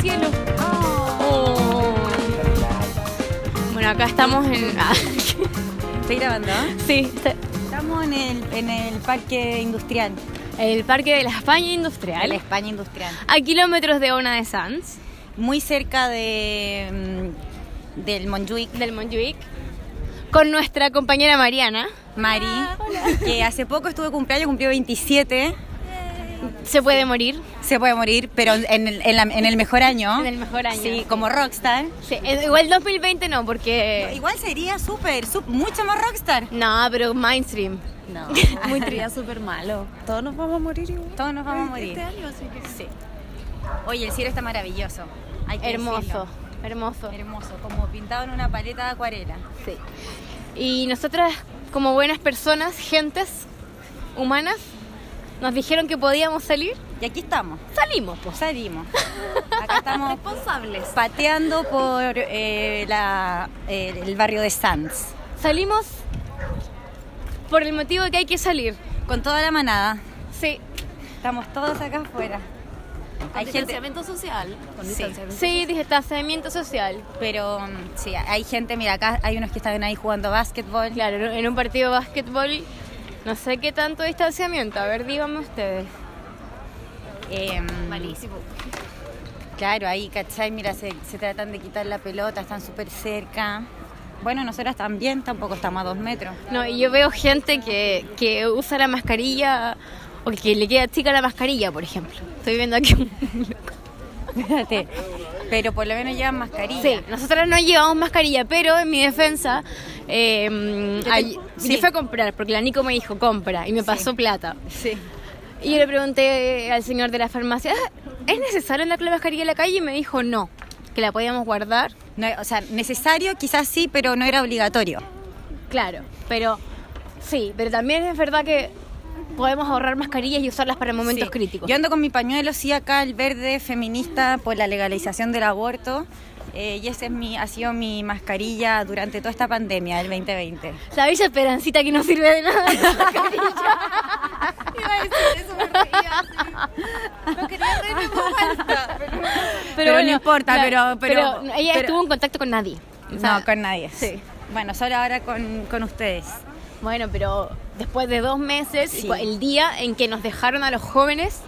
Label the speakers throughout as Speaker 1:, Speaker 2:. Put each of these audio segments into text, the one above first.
Speaker 1: cielo. Oh. Bueno, acá estamos en. ah,
Speaker 2: ¿Estoy grabando?
Speaker 1: sí, está-
Speaker 2: Estamos en el, en el Parque Industrial,
Speaker 1: el Parque de la España
Speaker 2: la
Speaker 1: Industrial,
Speaker 2: España Industrial.
Speaker 1: a kilómetros de Ona de Sanz,
Speaker 2: Muy cerca de, mm, del Montjuic,
Speaker 1: del Montjuic, con nuestra compañera Mariana.
Speaker 2: Mari,
Speaker 1: Ah,
Speaker 2: que hace poco estuvo de cumpleaños, cumplió 27.
Speaker 1: Se puede morir
Speaker 2: Se puede morir, pero en el, en la- en el mejor año.
Speaker 1: en el mejor año.
Speaker 2: Sí, como rockstar.
Speaker 1: Sí, eh, igual 2020 no, porque.
Speaker 2: Igual sería súper, sup- mucho más rockstar.
Speaker 1: No, pero mainstream.
Speaker 2: No,
Speaker 3: Muy tría súper malo. Todos nos vamos a morir igual.
Speaker 2: todos nos vamos a morir.
Speaker 3: Este año, así que. Sí.
Speaker 2: Oye, el cielo está maravilloso. hay que
Speaker 1: Hermoso,
Speaker 2: decirlo.
Speaker 1: hermoso.
Speaker 2: Hermoso, como pintado en una paleta de acuarela.
Speaker 1: Sí. Y nosotras, como buenas personas, gentes humanas, nos dijeron que podíamos salir.
Speaker 2: Y aquí estamos.
Speaker 1: Salimos, pues.
Speaker 2: Salimos. Acá estamos
Speaker 3: Responsables.
Speaker 2: pateando por eh, la- eh, el barrio de Sanz.
Speaker 1: Salimos por el motivo de que hay que salir.
Speaker 2: Con toda la manada.
Speaker 1: Sí.
Speaker 2: Estamos todos acá afuera.
Speaker 3: Hay
Speaker 2: Hay gente,
Speaker 3: distanciamiento social. Con distanciamiento
Speaker 1: Sí, distanciamiento social.
Speaker 2: pero mm, sí, hay gente, mira, acá hay unos que están ahí jugando básquetbol.
Speaker 1: Claro, ¿no? en un partido de básquetbol no sé qué tanto distanciamiento. A ver, díganme ustedes.
Speaker 2: Eh,
Speaker 3: social. Malísimo.
Speaker 2: claro, ahí, ¿cachai? Mira, se, se tratan de quitar la pelota, están súper cerca. Bueno, nosotras también, tampoco estamos a dos metros.
Speaker 1: No, y yo veo gente que, que usa la mascarilla o que le queda chica la mascarilla, por ejemplo. Estoy viendo aquí un
Speaker 2: Espérate. Pero por lo menos llevan mascarilla.
Speaker 1: Sí, nosotras no llevamos mascarilla, pero en mi defensa, eh, mm, ay-
Speaker 2: em- sí.
Speaker 1: yo fui a comprar, porque la Nico me dijo compra y me pasó plata.
Speaker 2: Sí.
Speaker 1: Y yo le pregunté al señor de la farmacia, "Ah, ¿es necesario andar con la mascarilla en la calle? Y me dijo no, que la podíamos guardar.
Speaker 2: No, o sea, necesario quizás sí, pero no era obligatorio.
Speaker 1: Claro, pero sí, pero también es verdad que podemos ahorrar mascarillas y usarlas para momentos
Speaker 2: Sí.
Speaker 1: críticos.
Speaker 2: Yo ando con mi pañuelo, sí, acá, el verde feminista por la legalización del aborto. eh, y esa es mi, ha sido mi mascarilla durante toda esta pandemia del 2020.
Speaker 1: La bella esperancita que no sirve de nada. la mascarilla.
Speaker 3: Iba a decir eso, pero quería No quería reírme en voz alta. Pero...
Speaker 2: Pero no importa,
Speaker 1: claro,
Speaker 2: pero- pero-
Speaker 1: ella
Speaker 2: pero-
Speaker 1: estuvo en contacto con nadie. O sea,
Speaker 2: no, con nadie.
Speaker 1: sí.
Speaker 2: Bueno, solo ahora con, con ustedes.
Speaker 1: Bueno, pero después de dos meses,
Speaker 2: Sí.
Speaker 1: cu- el día en que nos dejaron a los jóvenes,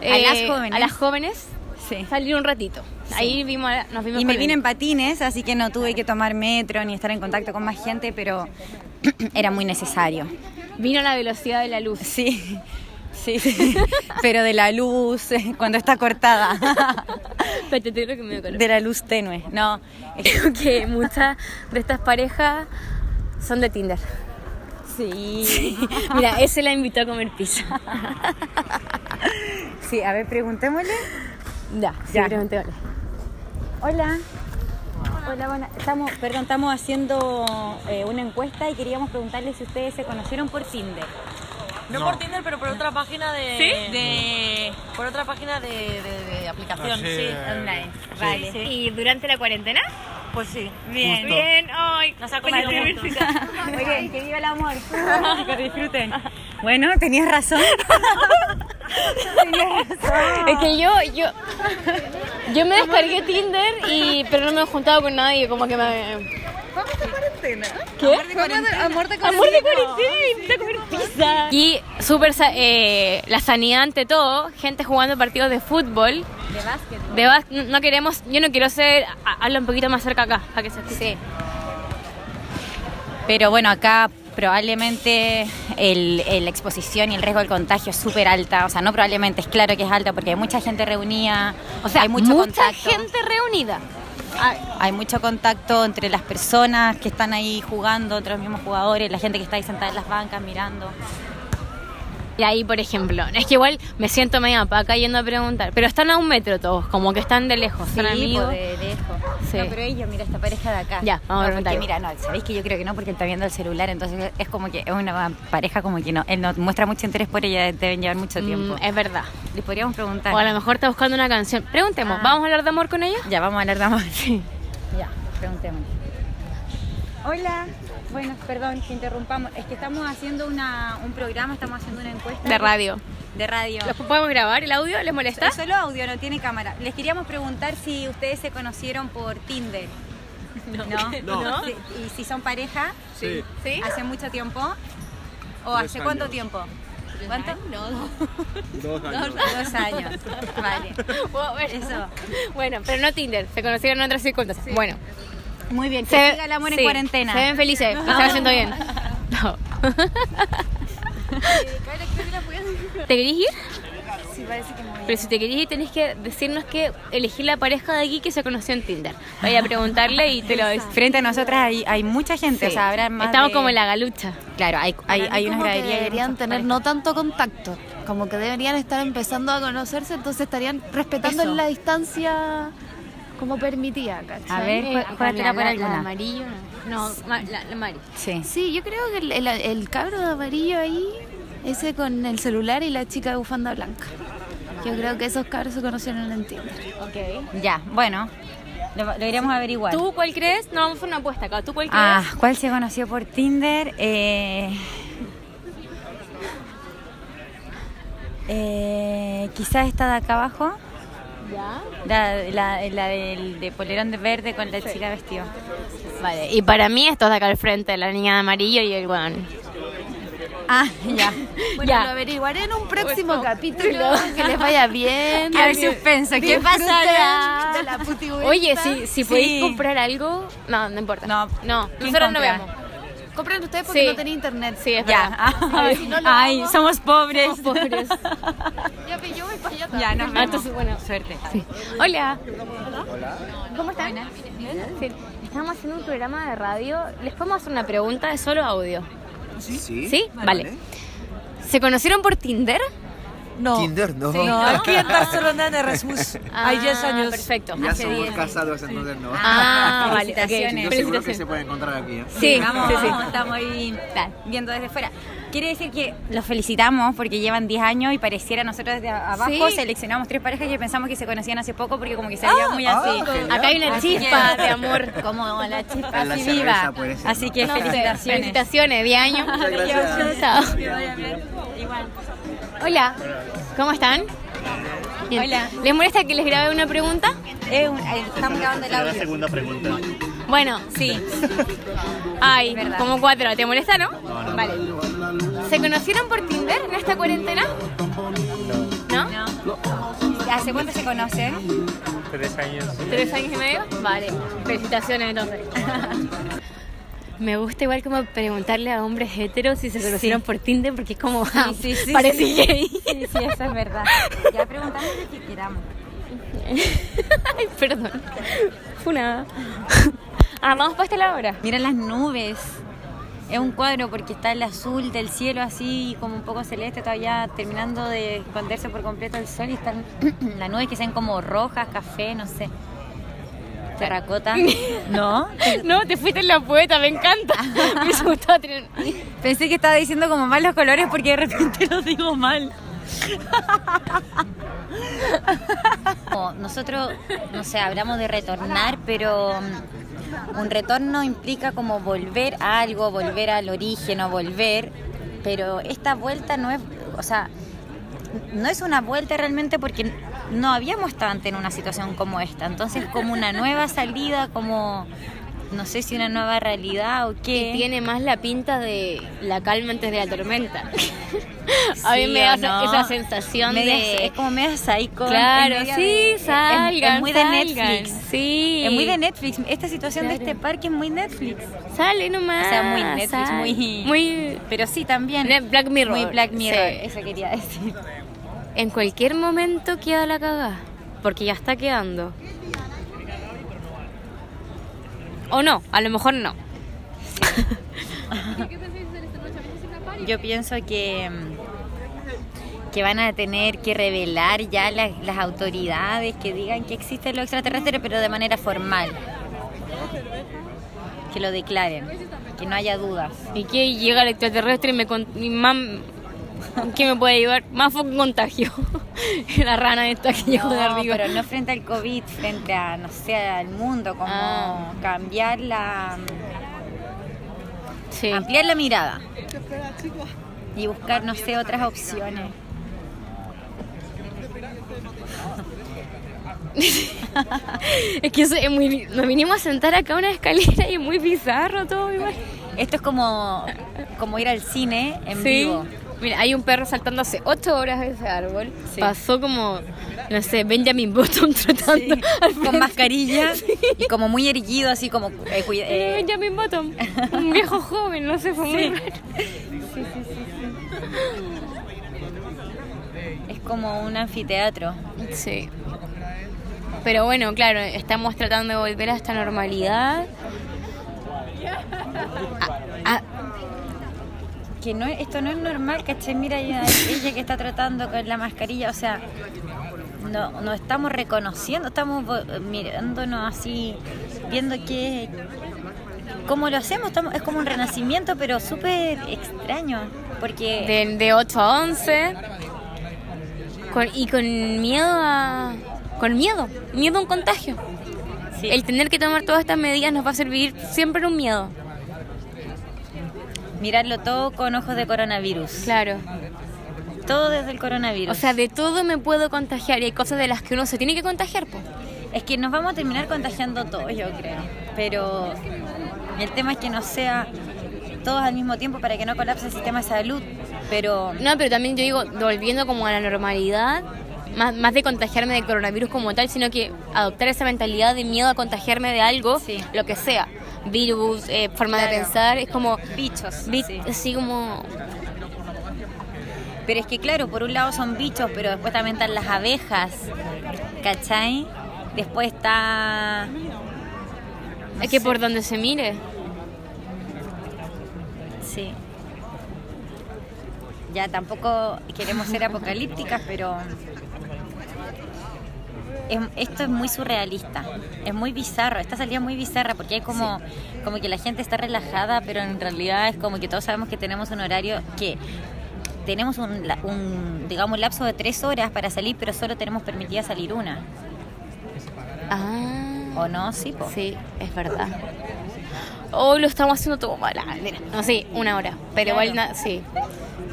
Speaker 1: eh,
Speaker 2: A las jóvenes.
Speaker 1: a las jóvenes,
Speaker 2: Sí.
Speaker 1: salir un ratito. Ahí vimos, a- nos vimos.
Speaker 2: Y me
Speaker 1: con-
Speaker 2: vine en patines, así que no tuve que tomar metro ni estar en contacto con más gente, pero era muy necesario.
Speaker 1: Vino a la velocidad de la luz.
Speaker 2: Sí, sí, sí. pero de la luz, eh, cuando está cortada,
Speaker 1: Espérate, te creo que me dio calor.
Speaker 2: de la luz tenue. No, eh,
Speaker 1: Creo que muchas de estas parejas son de Tinder.
Speaker 2: sí.
Speaker 1: Mira, ese la invitó a comer pizza.
Speaker 2: Sí, a ver, preguntémosle.
Speaker 1: ya,
Speaker 2: Ya.
Speaker 1: seguramente vale.
Speaker 2: Hola. Hola, buena. Estamos, perdón, estamos haciendo eh, una encuesta y queríamos preguntarle si ustedes se conocieron por Tinder.
Speaker 4: No, por Tinder, pero por otra página de. de- por otra página de, de- de aplicación.
Speaker 5: Así
Speaker 4: sí,
Speaker 5: es.
Speaker 4: online.
Speaker 5: Sí.
Speaker 4: Vale. sí.
Speaker 1: ¿Y durante la cuarentena?
Speaker 4: Pues sí.
Speaker 5: Bien,
Speaker 1: ay,
Speaker 4: Nos ha comido mucho.
Speaker 2: Muy bien, que viva el amor. que disfruten. Bueno, tenías razón.
Speaker 1: Es que yo, yo, yo me descargué Tinder y, pero no me he juntado con nadie, como que me... ¿Qué?
Speaker 3: Amor de
Speaker 1: Amor de cuarentena, vente a comer pizza. Y súper sa- eh, la sanidad ante todo, gente jugando partidos de fútbol. De básquet. no queremos, yo no quiero ser, ha- habla un poquito más cerca acá, para que se escuche.
Speaker 2: Pero bueno, acá probablemente el, el- la exposición y el riesgo del contagio es súper alta. O sea, no probablemente, es claro que es alta porque hay mucha gente reunida,
Speaker 1: O sea,
Speaker 2: hay mucho
Speaker 1: mucha
Speaker 2: contacto.
Speaker 1: gente reunida.
Speaker 2: Hay, hay mucho contacto entre las personas que están ahí jugando, entre los mismos jugadores, la gente que está ahí sentada en las bancas mirando.
Speaker 1: Y ahí, por ejemplo, es que igual me siento media paca yendo a preguntar, pero están a un metro todos, como que están de lejos, son amigos.
Speaker 2: de lejos.
Speaker 1: Sí.
Speaker 2: No, pero ellos, mira, esta pareja de acá.
Speaker 1: Ya, vamos a
Speaker 2: no, porque
Speaker 1: preguntarle.
Speaker 2: mira, no, sabéis que yo creo que no porque él está viendo el celular, entonces es como que es una pareja como que no, él no muestra mucho interés por ella, deben llevar mucho tiempo.
Speaker 1: Mm, es verdad.
Speaker 2: Les podríamos preguntar.
Speaker 1: O a lo mejor está buscando una canción. Preguntemos,
Speaker 2: Ah.
Speaker 1: ¿vamos a hablar de amor con ella?
Speaker 2: Ya, vamos a hablar de amor. Ya, preguntemos. Hola, bueno, perdón que interrumpamos. Es que estamos haciendo una, un programa, estamos haciendo una encuesta.
Speaker 1: De radio.
Speaker 2: de radio.
Speaker 1: ¿Los podemos grabar el audio? ¿Les molesta?
Speaker 2: Es Solo audio, no tiene cámara. Les queríamos preguntar si ustedes se conocieron por Tinder. No.
Speaker 5: No. No.
Speaker 2: Sí, ¿Y si son pareja?
Speaker 5: Sí.
Speaker 1: ¿Sí?
Speaker 2: ¿Hace mucho tiempo? ¿O
Speaker 5: Tres
Speaker 2: hace cuánto
Speaker 5: años.
Speaker 2: tiempo? ¿Cuánto? No,
Speaker 5: Dos años.
Speaker 2: dos años. Vale.
Speaker 1: Wow, bueno.
Speaker 2: Eso.
Speaker 1: Bueno, pero no Tinder, se conocieron en otras circunstancias. Bueno,
Speaker 2: Muy bien.
Speaker 1: se
Speaker 2: Que siga el amor
Speaker 1: sí,
Speaker 2: en cuarentena.
Speaker 1: Se ven felices, se está haciendo bien. No. ¿Te querés ir?
Speaker 3: Sí, parece que me voy.
Speaker 1: Pero si te querés ir, tenés que decirnos que elegí la pareja de aquí que se conoció en Tinder. Vaya a preguntarle y te lo decimos.
Speaker 2: Frente a nosotras hay, hay mucha gente, o sea, habrá más
Speaker 1: Estamos
Speaker 2: de-
Speaker 1: como en la galucha.
Speaker 2: Claro, hay, hay, hay unas
Speaker 3: como que
Speaker 2: graderías y
Speaker 3: deberían
Speaker 2: muchas
Speaker 3: tener
Speaker 2: parejas.
Speaker 3: no tanto contacto, como que deberían estar empezando a conocerse, entonces estarían respetando
Speaker 2: Eso.
Speaker 3: la distancia como permitía, ¿cachai?
Speaker 2: A ver, ju- jugátela por alguna.
Speaker 1: amarillo. No, ma- la, la Mari.
Speaker 2: Sí.
Speaker 3: Sí, yo creo que el, el, el cabro de amarillo ahí, ese con el celular y la chica de bufanda blanca. Yo creo que esos cabros se conocieron en Tinder.
Speaker 1: Ok.
Speaker 2: Ya, bueno, lo, lo iremos a averiguar.
Speaker 1: ¿Tú cuál crees? No, vamos a hacer una apuesta acá. ¿Tú cuál crees?
Speaker 2: Ah, ¿cuál se conoció por Tinder? Eh, eh, quizás esta de acá abajo.
Speaker 1: Ya.
Speaker 2: La, la, la del de polerón de verde con la chica vestida.
Speaker 1: Vale, y para mí estos de acá al frente, la niña de amarillo y el weón.
Speaker 2: Ah, ya.
Speaker 3: Bueno,
Speaker 1: Ya.
Speaker 3: lo averiguaré en un próximo capítulo. Que les vaya bien.
Speaker 2: Qué suspenso, ¿qué pasará?
Speaker 3: De la putigüita.
Speaker 1: Oye, si, si
Speaker 2: Sí.
Speaker 1: podéis comprar algo, no, no importa.
Speaker 2: No.
Speaker 1: no, nosotros
Speaker 2: ¿Quién
Speaker 1: no
Speaker 2: compra?
Speaker 1: veamos.
Speaker 3: Compren ustedes porque
Speaker 1: Sí.
Speaker 3: no tenía internet.
Speaker 1: Sí, es
Speaker 2: Ya. Ah,
Speaker 1: verdad.
Speaker 3: si no lo
Speaker 2: Ay,
Speaker 3: hago-
Speaker 2: somos pobres.
Speaker 1: Pobres.
Speaker 3: Ya, pero yo voy para allá
Speaker 2: Ya, nos
Speaker 1: Ah,
Speaker 2: vemos.
Speaker 1: entonces, bueno.
Speaker 2: Suerte.
Speaker 1: Hola. ¿Cómo están? Sí. Estamos haciendo un programa de radio. ¿Les podemos hacer una pregunta? Es solo audio.
Speaker 5: ¿Sí? ¿Sí?
Speaker 1: ¿Sí? Vale. ¿Se conocieron por Tinder?
Speaker 4: No.
Speaker 5: Tinder, no. Ah,
Speaker 4: Aquí en Barcelona en Erasmus. Hay 10 años.
Speaker 1: Ah, Perfecto.
Speaker 5: Ya
Speaker 1: Hace
Speaker 5: somos
Speaker 1: 10.
Speaker 5: casados, entonces no.
Speaker 1: Ah,
Speaker 2: Ah,
Speaker 1: vale. ok.
Speaker 2: felicitaciones.
Speaker 5: Yo seguro que se puede encontrar aquí. ¿eh?
Speaker 1: Sí,
Speaker 2: vamos,
Speaker 1: sí, sí.
Speaker 2: vamos, estamos ahí tal, viendo desde fuera. Quiere decir que los felicitamos porque llevan 10 años y pareciera nosotros desde abajo
Speaker 1: Sí.
Speaker 2: seleccionamos tres parejas que pensamos que se conocían hace poco porque como que se veía muy así.
Speaker 5: ah, genial.
Speaker 1: Acá hay una
Speaker 2: Así
Speaker 1: chispa
Speaker 2: que-
Speaker 1: de amor.
Speaker 2: Como la chispa
Speaker 5: En la
Speaker 2: así
Speaker 5: cerveza
Speaker 2: viva.
Speaker 5: puede ser,
Speaker 2: Así
Speaker 5: ¿no?
Speaker 2: que
Speaker 1: No sé.
Speaker 2: felicitaciones.
Speaker 1: Felicitaciones, 10 años.
Speaker 5: gracias.
Speaker 1: Chao.
Speaker 2: Igual.
Speaker 1: Hola, ¿cómo están? Bien.
Speaker 2: Hola.
Speaker 1: ¿Les molesta que les grabe una pregunta?
Speaker 2: Eh, un- eh, estamos grabando el
Speaker 6: Será la
Speaker 2: audio.
Speaker 6: segunda pregunta.
Speaker 1: Bueno,
Speaker 2: Sí,
Speaker 1: ay,
Speaker 2: Verdad.
Speaker 1: como cuatro, ¿te molesta, no? Vale. ¿Se conocieron por Tinder en esta cuarentena? ¿No?
Speaker 2: ¿hace cuánto se conocen?
Speaker 1: ¿Tres años y medio? Vale, felicitaciones entonces. Me gusta igual como preguntarle a hombres heteros si se conocieron por Tinder porque es como ah,
Speaker 2: sí, sí,
Speaker 1: parece
Speaker 2: sí.
Speaker 1: gay.
Speaker 2: Sí, sí, eso es verdad. Ya preguntamos lo que queramos.
Speaker 1: Ay, perdón. Funa. Ah, vamos para esta la hora.
Speaker 2: Mira las nubes. Es un cuadro porque está el azul del cielo así como un poco celeste todavía terminando de esconderse por completo el sol y están las nubes que sean como rojas, café, no sé. Terracota. ¿No?
Speaker 1: No, te fuiste en la poeta, me encanta. Me gustaba tener.
Speaker 2: Pensé que estaba diciendo como mal los colores porque de repente los digo mal. Como Nosotros, no sé, hablamos de retornar, pero mm, un retorno implica como volver a algo, volver al origen o volver, pero esta vuelta no es, o sea, no es una vuelta realmente porque no habíamos estado ante en una situación como esta, entonces como una nueva salida, como no sé si una nueva realidad o qué.
Speaker 1: Y tiene más la pinta de la calma antes de la tormenta. a mí
Speaker 2: Sí
Speaker 1: me da
Speaker 2: o no.
Speaker 1: esa sensación
Speaker 2: Media-
Speaker 1: de.
Speaker 2: Es como media psycho.
Speaker 1: claro,
Speaker 2: es media
Speaker 1: sí,
Speaker 2: de- es-
Speaker 1: salgan.
Speaker 2: Es, muy de
Speaker 1: salgan,
Speaker 2: Netflix.
Speaker 1: Sí.
Speaker 2: Es muy de Netflix. Esta situación de
Speaker 1: Claro.
Speaker 2: este parque es muy Netflix.
Speaker 1: Sale nomás.
Speaker 2: O sea, muy Netflix,
Speaker 1: sal.
Speaker 2: muy-
Speaker 1: Muy.
Speaker 2: Pero sí, también.
Speaker 1: Ne- Black Mirror,
Speaker 2: Muy Black Mirror,
Speaker 1: sí.
Speaker 2: eso quería decir.
Speaker 1: En cualquier momento queda la cagada. Porque ya está quedando. O no, a lo mejor no.
Speaker 2: Yo pienso que mm, que van a tener que revelar ya las, las autoridades que digan que existen los extraterrestres, pero de manera formal. Que lo declaren, que no haya dudas.
Speaker 1: Y que llega el extraterrestre y me con... y mam- ¿Qué me puede ayudar? Más fue un contagio. la rana esta que llegó de
Speaker 2: No,
Speaker 1: arriba.
Speaker 2: pero no frente al COVID, frente a, no sé, al mundo, como
Speaker 1: Ah.
Speaker 2: cambiar la...
Speaker 1: Sí.
Speaker 2: ah. ampliar la mirada. Y buscar, no sé, otras opciones.
Speaker 1: es que eso es muy, nos vinimos a sentar acá a una escalera y es muy bizarro todo igual.
Speaker 2: Esto es como, como ir al cine en
Speaker 1: sí.
Speaker 2: vivo.
Speaker 1: Mira, hay un perro saltando hace ocho horas de ese árbol.
Speaker 2: Sí.
Speaker 1: Pasó como, no sé, Benjamin Button tratando. al
Speaker 2: Con
Speaker 1: frente.
Speaker 2: mascarilla y como muy erguido, así como... eh, cuida-
Speaker 1: Era
Speaker 2: eh,
Speaker 1: Benjamin Button, un viejo joven, no sé, fue muy raro.
Speaker 2: es como un anfiteatro.
Speaker 1: Sí. Pero bueno, claro, estamos tratando de volver a esta normalidad. A- a-
Speaker 2: Que no, es- esto no es normal, ¿cachai? Mira, ella, ella que está tratando con la mascarilla, o sea, no, no estamos reconociendo, estamos vo- mirándonos así, viendo que... Como lo hacemos, estamos, es como un renacimiento, pero súper extraño, porque...
Speaker 1: de, de 8 a 11. Con, y con miedo a... Con miedo, miedo a un contagio.
Speaker 2: Sí.
Speaker 1: El tener que tomar todas estas medidas nos va a servir siempre un miedo.
Speaker 2: Mirarlo todo con ojos de coronavirus.
Speaker 1: Claro.
Speaker 2: Todo desde el coronavirus.
Speaker 1: O sea, de todo me puedo contagiar y hay cosas de las que uno se tiene que contagiar, pues.
Speaker 2: es que nos vamos a terminar contagiando todos, yo creo. Pero el tema es que no sea todos al mismo tiempo para que no colapse el sistema de salud. Pero
Speaker 1: No, pero también yo digo, volviendo como a la normalidad, más, más de contagiarme de coronavirus como tal, sino que adoptar esa mentalidad de miedo a contagiarme de algo,
Speaker 2: Sí.
Speaker 1: lo que sea, virus, eh, forma de
Speaker 2: Claro.
Speaker 1: pensar, es como,
Speaker 2: bichos.
Speaker 1: vi-
Speaker 2: sí.
Speaker 1: así como,
Speaker 2: Pero es que claro, por un lado son bichos, pero después también están las abejas. ¿Cachai? Después está...
Speaker 1: es que por donde se mire.
Speaker 2: Sí. Ya tampoco queremos ser apocalípticas, pero es- esto es muy surrealista, es muy bizarro, esta salida es muy bizarra porque hay como, como que la gente está relajada, pero en realidad es como que todos sabemos que tenemos un horario que tenemos un, la- un, digamos, lapso de tres horas para salir, pero solo tenemos permitida salir una,
Speaker 1: Ah,
Speaker 2: ¿o no? Sí, po.
Speaker 1: sí, es verdad. Hoy lo estamos haciendo todo mal, ah, mira, no sé, una hora, pero
Speaker 2: Claro.
Speaker 1: igual, na- sí.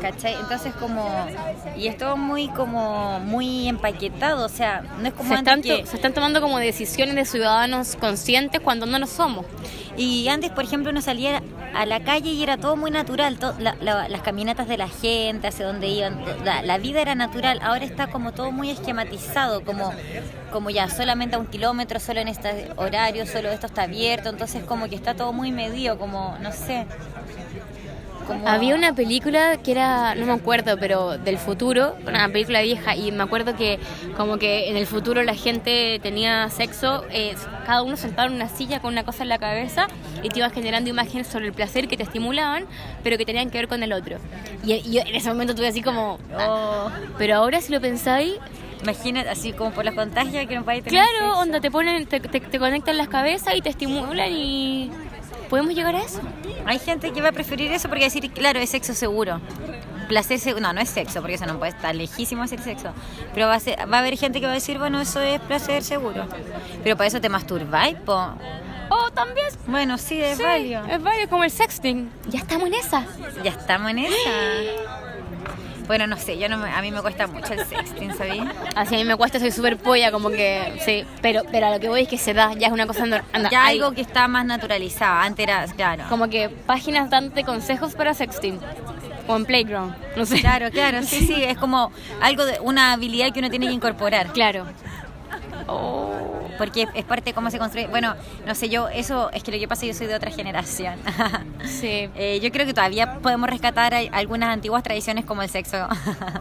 Speaker 2: ¿Cachai? Entonces como... Y es todo muy como... Muy empaquetado, o sea, no es como
Speaker 1: Se
Speaker 2: antes
Speaker 1: están, to-
Speaker 2: que-
Speaker 1: se están tomando como decisiones de ciudadanos conscientes cuando no lo somos.
Speaker 2: Y antes, por ejemplo, uno salía a la calle y era todo muy natural, to- la- la- las caminatas de la gente, hacia donde iban, to- la, la vida era natural, ahora está como todo muy esquematizado, como, como ya solamente a un kilómetro, solo en este horario, solo esto está abierto, entonces como que está todo muy medido, como, no sé. como-
Speaker 1: Había una película que era, no me acuerdo, pero del futuro, una película vieja, y me acuerdo que como que en el futuro la gente tenía sexo, eh, cada uno sentado en una silla con una cosa en la cabeza, y te ibas generando imágenes sobre el placer que te estimulaban, pero que tenían que ver con el otro. Y, y yo en ese momento tuve así como... ah.
Speaker 2: Oh,
Speaker 1: Pero ahora si lo pensáis,
Speaker 2: imagínate, así como por los contagios que nos va a tener.
Speaker 1: claro, onda, te ponen, te, te- te conectan las cabezas y te estimulan y... ¿Podemos llegar a eso?
Speaker 2: Hay gente que va a preferir eso porque decir, claro, es sexo seguro. Placer seguro. No, no es sexo, porque eso no puede estar lejísimo de ser sexo. Pero va a, ser- va a haber gente que va a decir, bueno, eso es placer seguro. Pero para eso te masturbáis, po.
Speaker 1: Oh, también...
Speaker 2: Bueno, sí, es
Speaker 1: Sí,
Speaker 2: válido.
Speaker 1: es válido, como el sexting. Ya estamos en esa.
Speaker 2: Ya estamos en esa. Bueno, no sé, yo no me- a mí me cuesta mucho el sexting, ¿sabí?
Speaker 1: Así a mí me cuesta, soy súper polla, como que. Sí, pero, pero a lo que voy es que se da, ya es una cosa. nor- anda,
Speaker 2: Ya
Speaker 1: hay
Speaker 2: algo que está más naturalizado. Antes era, claro.
Speaker 1: Como que páginas dándote consejos para sexting. O en Playground, no sé.
Speaker 2: Claro, claro, sí, sí. Es como algo de una habilidad que uno tiene que incorporar.
Speaker 1: Claro.
Speaker 2: porque es parte de cómo se construye. Bueno, no sé, yo, eso es que lo que pasa, yo soy de otra generación.
Speaker 1: Sí.
Speaker 2: Eh, yo creo que todavía podemos rescatar al- algunas antiguas tradiciones como el sexo.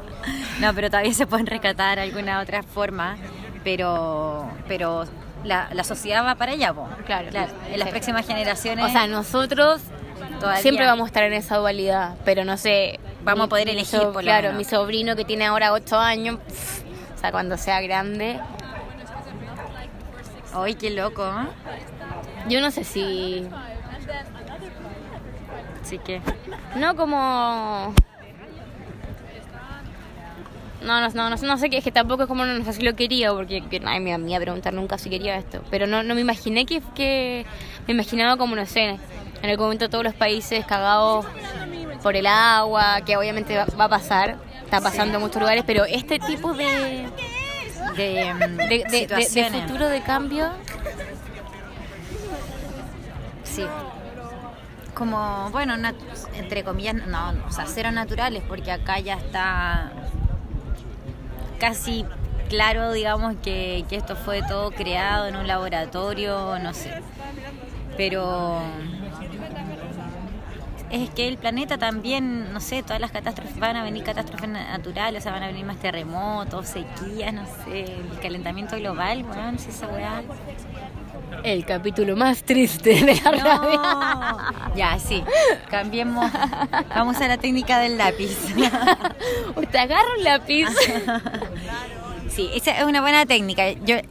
Speaker 2: no, pero todavía se pueden rescatar alguna otra forma, pero, pero la, la sociedad va para allá, po.
Speaker 1: Claro.
Speaker 2: La- en las
Speaker 1: Sí.
Speaker 2: próximas generaciones
Speaker 1: O sea, nosotros
Speaker 2: Todavía.
Speaker 1: siempre vamos a estar en esa dualidad, pero no sé.
Speaker 2: Vamos
Speaker 1: mi-
Speaker 2: a poder
Speaker 1: mi
Speaker 2: elegir,
Speaker 1: so-
Speaker 2: por lo
Speaker 1: Claro,
Speaker 2: menos.
Speaker 1: mi sobrino que tiene ahora 8 años, pff, o sea, cuando sea grande.
Speaker 2: ¡Ay, qué loco! ¿eh?
Speaker 1: Yo no sé si.
Speaker 2: Así que...
Speaker 1: No como... No, no, no, no, no sé qué, es que tampoco es como no, sé si lo quería, porque que nadie me me iba a preguntar nunca si quería esto. Pero no, no me imaginé que, que... Me imaginaba como, no sé, en algún momento todos los países cagados por el agua, que obviamente va, va a pasar, está pasando en muchos lugares, pero este tipo de...
Speaker 2: de, mm,
Speaker 1: de, de- de- de
Speaker 2: situaciones.
Speaker 1: futuro de cambio.
Speaker 2: Sí. Como, bueno, nat- entre comillas, no, o sea, cero naturales, porque acá ya está casi claro, digamos, que, que esto fue todo creado en un laboratorio, no sé. Pero es que el planeta también, no sé, todas las catástrofes, van a venir catástrofes na- naturales, o sea, van a venir más terremotos, sequías, no sé, el calentamiento global, weón, si esa weá.
Speaker 1: El capítulo más triste de la radio.
Speaker 2: No. Ya, sí. Cambiemos. Vamos a la técnica del lápiz.
Speaker 1: O te agarro un lápiz.
Speaker 2: Sí, esa es una buena técnica. Yo eh,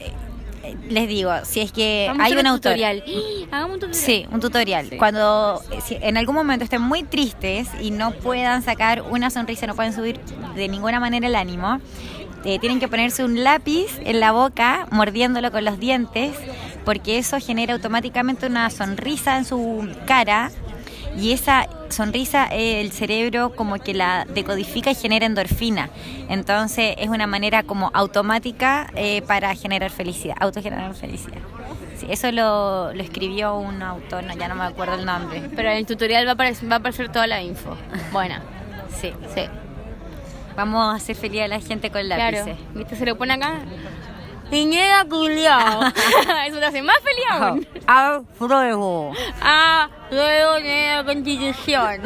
Speaker 2: eh, les digo, si es que
Speaker 1: Vamos a
Speaker 2: hay
Speaker 1: hacer
Speaker 2: un autor.
Speaker 1: tutorial. Hagamos un tutorial.
Speaker 2: Sí, un tutorial.
Speaker 1: Sí.
Speaker 2: Cuando eh, si en algún momento estén muy tristes y no puedan sacar una sonrisa, no pueden subir de ninguna manera el ánimo, eh, tienen que ponerse un lápiz en la boca, mordiéndolo con los dientes, porque eso genera automáticamente una sonrisa en su cara. Y esa sonrisa eh, el cerebro como que la decodifica y genera endorfina. Entonces es una manera como automática eh, para generar felicidad, autogenerar felicidad. Sí, eso lo, lo escribió un autor, no, ya no me acuerdo el nombre.
Speaker 1: Pero en el tutorial va a aparecer, va a aparecer toda la info. Buena.
Speaker 2: Sí,
Speaker 1: Sí.
Speaker 2: vamos a hacer feliz a la gente con lápices.
Speaker 1: Claro. ¿Viste? Se lo pone acá. Piñera culiao. Eso te hace más feliz aún.
Speaker 2: Au, pruebo.
Speaker 1: Ah, luego viene la constitución.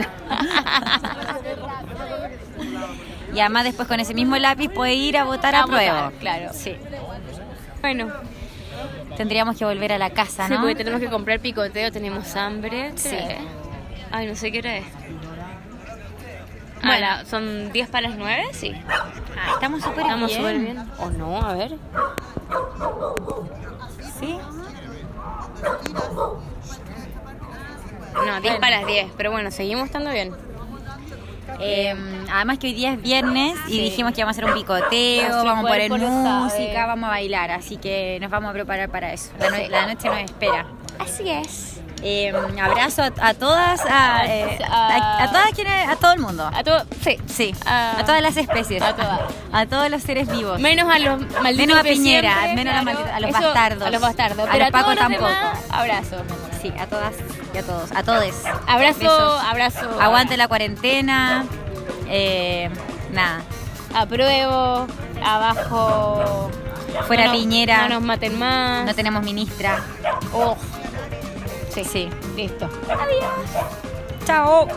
Speaker 2: Y además después con ese mismo lápiz puede ir a votar a,
Speaker 1: A votar,
Speaker 2: prueba.
Speaker 1: claro.
Speaker 2: Sí.
Speaker 1: Bueno,
Speaker 2: Tendríamos que volver a la casa,
Speaker 1: sí,
Speaker 2: ¿no?
Speaker 1: porque tenemos que comprar picoteo, tenemos hambre.
Speaker 2: Sí.
Speaker 1: Ay, no sé qué hora es. Bueno, ¿son 10 para las 9? Sí.
Speaker 2: Ah, estamos súper bien.
Speaker 1: Estamos súper bien. ¿O no? A ver.
Speaker 2: Sí.
Speaker 1: No, 10 para las 10. Pero bueno, seguimos estando bien.
Speaker 2: Eh, además que hoy día es viernes y dijimos que vamos a hacer un picoteo,
Speaker 1: Nuestro
Speaker 2: vamos a poner
Speaker 1: cuerpo lo sabe.
Speaker 2: música, vamos a bailar, así que nos vamos a preparar para eso. La, no- la noche nos espera.
Speaker 1: Así es.
Speaker 2: Eh, abrazo a, a todas, a, eh, a- a todas quienes, a todo el mundo.
Speaker 1: A todo. Sí.
Speaker 2: Sí,
Speaker 1: Ah.
Speaker 2: a todas las especies,
Speaker 1: A todas.
Speaker 2: a todos los seres vivos.
Speaker 1: Menos a los malditos.
Speaker 2: Menos a
Speaker 1: de
Speaker 2: Piñera,
Speaker 1: siempre,
Speaker 2: menos a los malditos- a los bastardos.
Speaker 1: A los bastardos.
Speaker 2: A
Speaker 1: pero
Speaker 2: los
Speaker 1: a todos
Speaker 2: Paco
Speaker 1: los demás, abrazo.
Speaker 2: Sí, a todas y a todos, a todes.
Speaker 1: Abrazo,
Speaker 2: Besos.
Speaker 1: abrazo.
Speaker 2: Aguante la cuarentena. Eh, nada,
Speaker 1: Apruebo, abajo.
Speaker 2: Fuera
Speaker 1: no nos-
Speaker 2: Piñera.
Speaker 1: No nos maten más.
Speaker 2: no tenemos ministra.
Speaker 1: Oh,
Speaker 2: Sí, sí.
Speaker 1: listo.
Speaker 2: Chao.